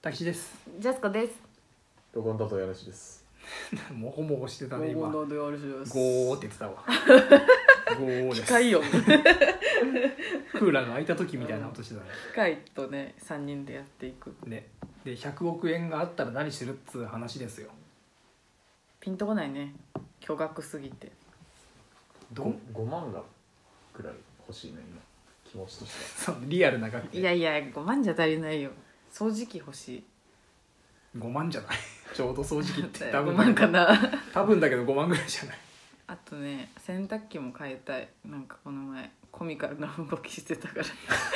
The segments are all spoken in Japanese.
タキシです。ジャスコです。ロゴンだとやらしいです。 もごもごしてたね今。ゴのであるしです。ーって言 ってたわ。ゴーです。機械音。機クーラーが開いた時みたいな音してたね。械とね、三人でやっていく。ね。で100億円があったら何するっつう話ですよ。 ピンとこないね。巨額すぎて。ど五ん五万がくらい欲しいね今気持ちとしてそうリアルな額いでやいや、五万じゃ足りないよ。掃除機欲しい。 5万じゃない。 ちょうど掃除機っ て多五分万かな。多分だけど5万ぐらいじゃ ない。あとね、洗濯機も変えたい。なんかこの前。コミカルな動きしてたか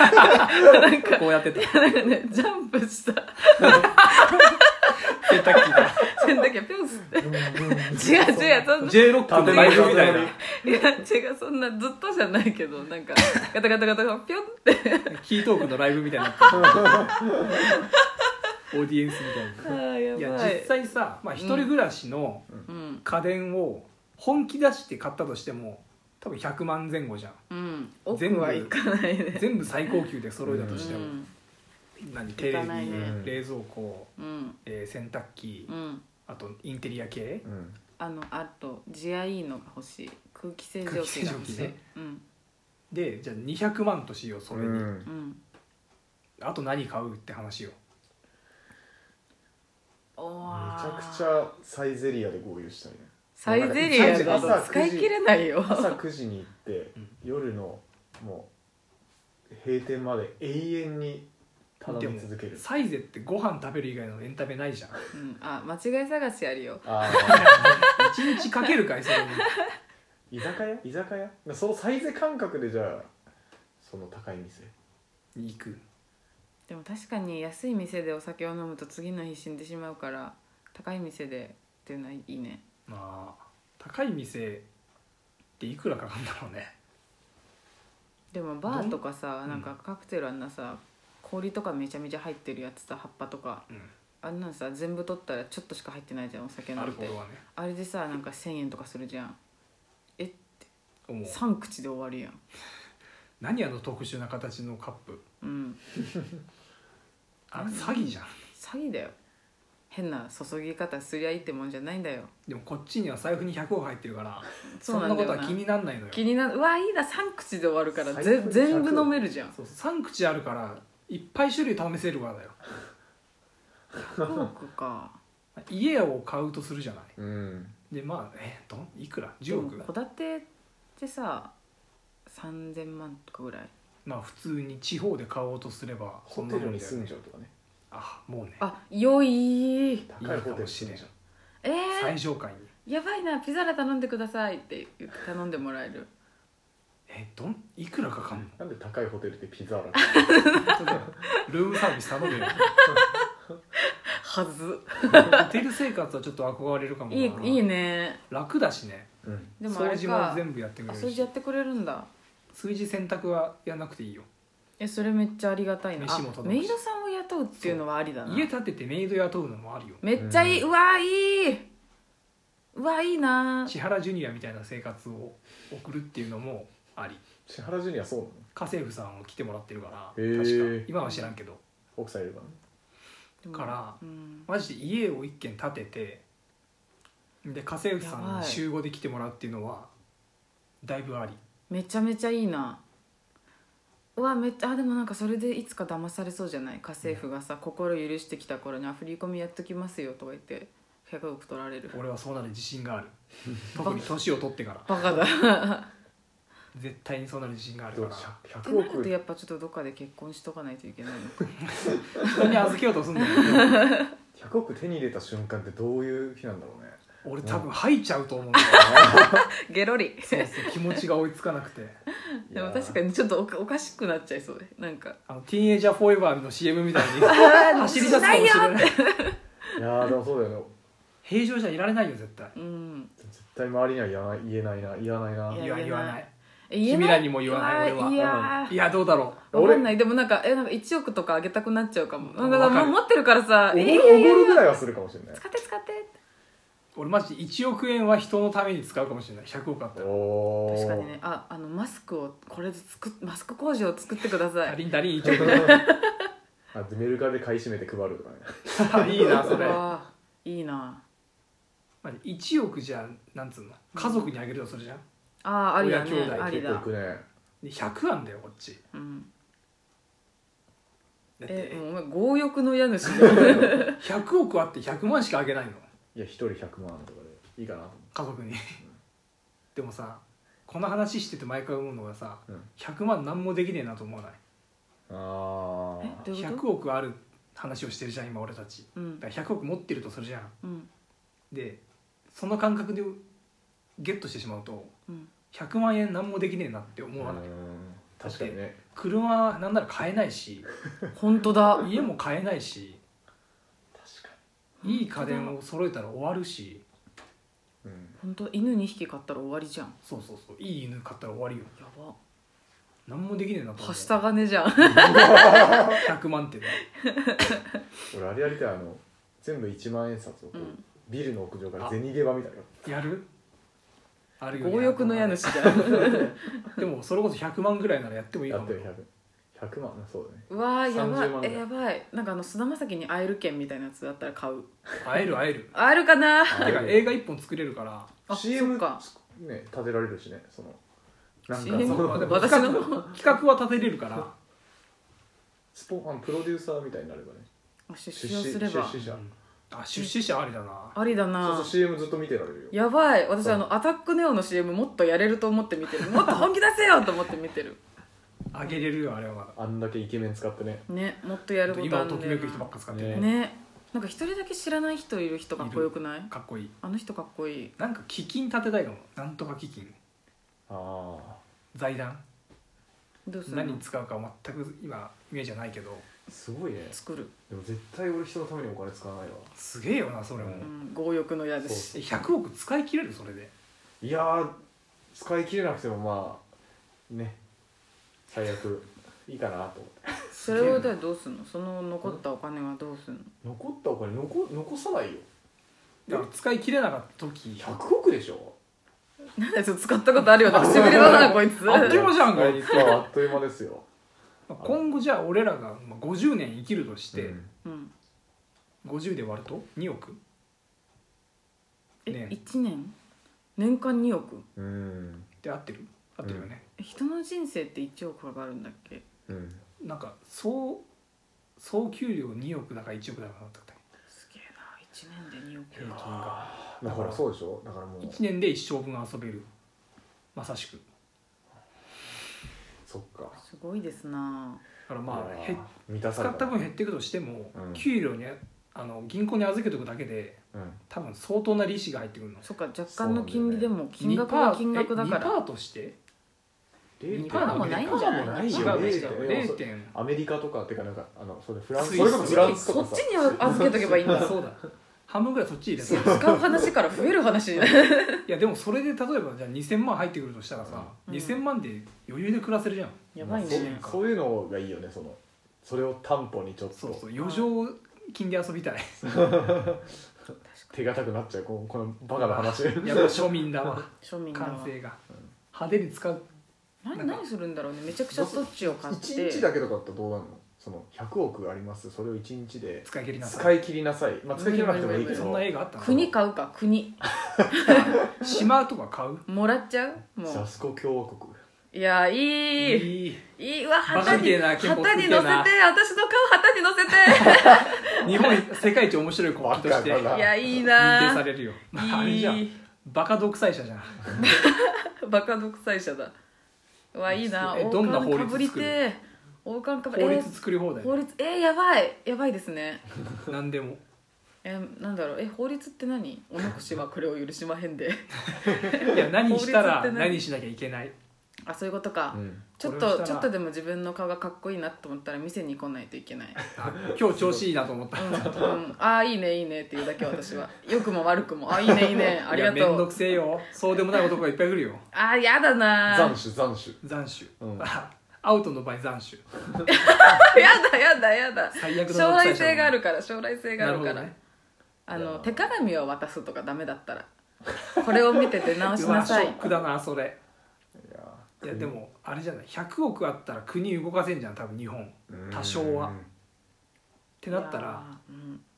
らこうやってた。なんかねジャンプした洗濯機 が洗濯機がピョンスっては。違う違うそんな J ロックのライブみたいな いや違うそんなずっとじゃないけどなんかガタガタガタガタピョンってキートークのライブみたい になってるオーディエンスみたいあーないややばい実際さ、まあ、一人暮らしの、うん家電を本気出して買ったとしても多分100万前後じゃ んうん全奥部はいかないね全部最高級で揃えたとしてうも、ん何テレいビ、かないねうん冷蔵庫、うんえー洗濯機、うんあとインテリア系、うんあのあと地合いいのが欲しい空気清浄空気機清が浄欲機しい、ねうんでじゃあ200万としようそれに、うんうんあと何買うって話よおめちゃくちゃゃサイゼリアで合流したいね。サイゼリア朝だと9時使い切れないよ朝9時に行ってうん夜のもう閉店まで永遠に頼み続けでもる。サイゼってご飯食べる以外のエンタメない じゃんうん、あ間違い探しあるよあ一日かけるかいそれにー居酒屋居酒屋そのサイゼ感覚でじゃあその高い店。に行くでも確かに安い店でお酒を飲むと次の日死んでしまうから高い店でっていうのはいいねまあ高い店っていくらかかるんだろうねでもバーとかさなんかカクテルあんなさ氷とかめちゃめちゃ入ってるやつさ葉っぱとかうあんなんさ全部取ったらちょっとしか入ってないじゃんお酒んなアんルコてールはねあれでさなんか1,000円とかするじゃんえ思う三3口で終わるやん何あの特殊な形のカップうんあれ詐欺じゃん詐欺だよ変な注ぎ方すりゃいいってもんじゃないんだよでもこっちには財布に100億入ってるから そそうんななんだことよはな気になんないのよ気になるうわいいな3口で終わるから最ぜ悪全部飲めるじゃんそうそう3口あるからいっぱい種類試せるからだよ100億か家を買うとするじゃないうん。でまあえどんいくらで10も億戸建てってさ3000万とかぐらいまあ普通に地方で買おうとすればホテルに住んじゃうゃうとかね。あもうねあ良い高いホテルに住んじゃう。えー、最上階にやばいなピザラ頼んでくださいって言って頼んでもらえるえどんいくらか かんのなんで高いホテルって ピザーラルームサービス頼 めよはずホテル生活はちょっと憧れるかもないいいいね楽だしねうんでもあ掃れ除もか全部やってくあれ掃る除やしってくれるんだ炊事洗濯はやんなくていいよえそれめっちゃありがたいな飯もあ届くしメイドさんを雇うっていうのはありだな家建ててメイド雇うのもあるよめっちゃいい、ううわいいうわいいな千原ジュニアみたいな生活を送るっていうのもあり千原ジュニアそうなの家政婦さんを来てもらってるからへー確か今は知らんけど奥さんいればねでもからうん、マジで家を一軒建ててで家政婦さんに集合で来てもらうっていうのはだいぶありめちゃめちゃいいなうわめっちゃあでもなんかそれでいつか騙されそうじゃない家政婦がさ、心許してきた頃に「あ振り込みやっときますよ」とか言って100億取られる俺はそうなる自信 がある特に年を取ってからバ カだ絶対にそうなる自信があるどかうらしようって100なると億やっぱちょっとどっかで結婚しとかないとい けないのか人に預けようとすんだけど100億手に入れた瞬間ってどういう日なんだろうね俺多分吐いちゃうと思うんだよ ゲロリそうそう気持ちが追いつかなくてでも確かににちょっとおかおかしくなっちゃいそうでなんかあのティーンエイジャーフォーエバーの CM みたいに 走り出すかもしれしないよないいやーでもそうだよね平常じゃいられないよ絶対うん絶対周りには言わない言えないな言わないない言わやない言わないえ言え君らにも言わないあー俺はいやいやどうだろーわかんないでもなんかえなんか1億とかあげたくなっちゃうかもなんかわかるもう持ってるからさおごえいやるいおやごるぐらいはするかもしれない使って使ってってう俺マジで1億円は人のために使うかもしれない100億あったらおー確かにねああのマスクをこれで作っマスク工場を作ってくださダいリンダリン1億あでメルカリで買い占めて配るとか ねいいなそれうわいいなまあ1億じゃなんつうの家族にあげるとするじゃんああありだね親兄弟あり結構いだくねで100あんだよこっちうんだっえてもうお前強欲の家主 だね100億あって100万しかあげないのいや一人100万とかでいいかな家族に でもさこの話してて毎回思うのがさ、うん100万何もできねえなと思わないあえどういうこ100と億ある話をしてるじゃん今俺たちうんだから100億持ってるとするじゃんうんでその感覚でゲットしてしまうとうん100万円何もできねえなってあ思わない、確かにね車なんなら買えないし本当だ家も買えないし確かいい家電を揃えたら終わるしにうん本当犬2匹飼ったら終わりじゃんそうそうそういい犬買ったら終わりよやば何もできねえなとは思した金じゃんう100万ってね俺あれやりたいあの全部1万円札をこう、うんビルの屋上からあ銭ゲバみたいなやるあるよね強欲の家主じゃんでもそれこそ100万ぐらいならやってもいいやかっもてる100 100万そうだねうわーやばい30万ぐらえいやばいなんかあの菅田将暉に会える券みたいなやつだったら買う会える会える会えるかなあてか映画1本作れるからあ CM そっかつね立てられるしねそのなんか CM そそうのでも私企の画企画は立てれるからスポあのプロデューサーみたいになればねあ出資をすれば出資者あ出資者ありだなありだそうなそう CM ずっと見てられるよやばい私うんあのアタックネオの CM もっとやれると思って見てるもっと本気出せよと思って見てるあげれるよあれはまだあんだけイケメン使ってねねもっとやること今あはるとんきだよめく人ばっか使ってねるねなんか一人だけ知らない人いる人かっこよくないかっこいいあの人かっこいいなんか基金立てたいかもなんとか基金ああ財団どうする何のに使うか全く今イメージはないけどすごいね作る、でも絶対俺人のためにお金使わないわすげえよなそれも、ううんん、強欲の家主え100億使い切れるそれでいやー使い切れなくてもまあね最悪 いいかなと思ってそれをじゃあどうすんのその残ったお金はどうすんの残ったお金残残さないよだから使い切れなかった時100億でしょなんでちょっと使ったことあるような唇だなこいつあっという間じゃんあいつはあっという間ですよまあ今後じゃあ俺らがまあ50年生きるとして、うんうん50で割ると2億えね一1年年間2億うんで合ってる合ってるよね、え人の人生って1億かかるんだっけうんなんか総総給料2億だから1億だからなったっすげえな1年で2け平均億がだからそうでしょだからもう1年で一生分遊べるまさしくそっかすごいですなだからまあいやーへ満たさ使れった分減っていくとしても、うん給料にあの銀行に預けとくだけでうん多分相当な利子が入ってくるのそっか若干の金利でも金額2%が金額だかえら2%として0.2 2%もないんじゃないもないよ違うね違う0.2 0. 点アメリカとかっていうかなんかあのそれフランススイスそれこそフランスとそかっさちに預けとけばいいんだそうだ半分ぐらいそっち入れそたう使う話から増える話いやでもそれで例えばじゃあ2000万入ってくるとしたらさ、うん2000万で余裕で暮らせるじゃんやばいねまあそうそういうのがいいよねそのそれを担保にちょっとそうそう余剰金で遊びたい手堅くなっちゃうこのこのバカな話やっぱ庶民 だわ庶民だわ感性が派手に使う何何するんだろうねめちゃくちゃストッチを買っ1て日だけとかだったらどうなるのその100億ありますそれを1日で使い切りなさ使いい切りなさいまあ使い切らなくてもいいけそどんな映画あったの国買うか国島とか買うもらっちゃうもジャうスコ共和国いやいいいいいいわバカ旗みてにえな旗に憲法乗作せってて私えのな顔旗に日乗せ本世界一面白い国旗としてバカていやい認い定さなれるよまああれいじゃんいバカ独裁者じゃんバカ独裁者だうわいいなえ王どんな冠法か律作ぶりるてえ王冠かぶり法え律作り放ー題法律えー、やばいやばいですね何でもえー、なんだろうえ法律って何お残しはこれを許しまへんでいや何した法律らって何何しなきゃいけないあそういうことか、うんちょっこれをしたとらちょっとでも自分の顔がかっこいいなと思ったら店に来ないといけない、あ今日調子いいなと思ったうんうん、ああいいねいいねっていうだけ私は良くも悪くもあいいねいいねありいやがめんとどうくせえよそうでもない男がいっぱい来るよあーやだなー斬首斬首残首、うん アウトの場合残首やだやだやだ最悪の将来性があるから将来性があなるほるかどら、ねあいやの手鏡を渡すとかダメだったらこれを見てて直し うなわショさいックだなそれいやいやでもあれじゃない100億あったら国動かせんじゃん多分日本多少はてなったらいや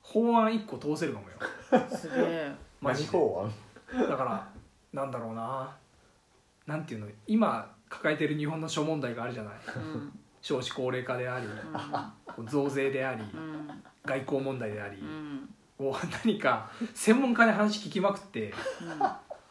法案1個通せるかもよーうん、すげえマ何ジで法案だからなんだろうななんていうの今抱えてる日本の諸問題があるじゃないうん少子高齢化でありうこう増税でありん外交問題でありうんうんこう何か専門家に話聞きまくってうん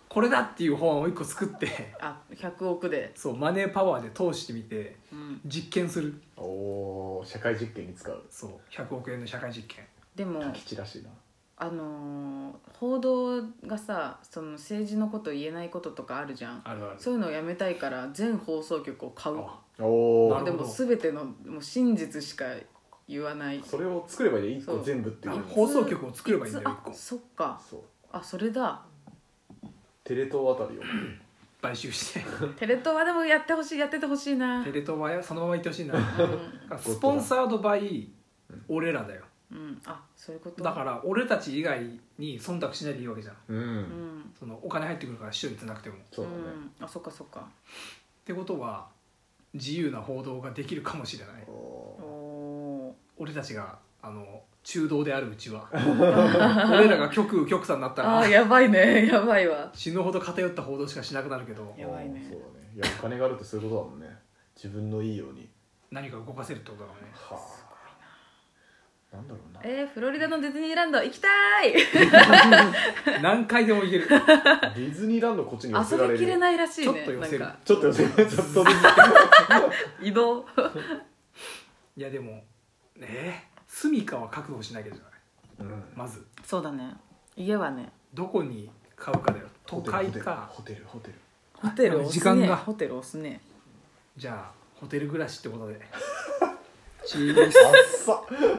これだっていう本を1個作ってあ100億で、そうマネーパワーで通してみてうん、実験するおー社会実験に使うそう100億円の社会実験でも滝地らしいなあのー報道がさその政治のこと言えないこととかあるじゃんあるあるそういうのをやめたいから全放送局を買うあおなおるでほども全てのもう真実しか言わないそれを作ればいい一個そう全部っていうあ放送局を作ればいいんだよ一つ個あそっかそうあそれだテレ東あたりを買収してテレ東はでもやってほしいやっててほしいなテレ東はそのままいってほしいなうん、スポンサードバイ俺らだようん、あそういうことだから俺たち以外に忖度しないでいいわけじゃんうん、うん、そのお金入ってくるから視聴率なくてもっそうだね、ん、あそっかそっかてことは自由な報道ができるかもしれないおおお俺たちがあの中道であるうちは 俺らが極右極左になっーたあーらやばいね やばいわ死ぬほど偏った報道しかしなくなるけどーやばいねそうだねいやお金があるってそういうことだもんね自分のいいように何か動かせるってことだもんねはあなんだろうなえー、フロリダのディズニーランド行きたい何回でもいけるディズニーランドこっちに寄せら遊れびきれるないらしいねちょっと寄せるなんかちょっと寄せちょっとずつ移動いやでもえー、住みかは確保しなきゃじゃないうんまずそうだね家はねどこに買うかだよ都会かホテルホテルホテルあでも押すね時間がホテル押すねじゃあホテル暮らしってことでチームホテルあっさ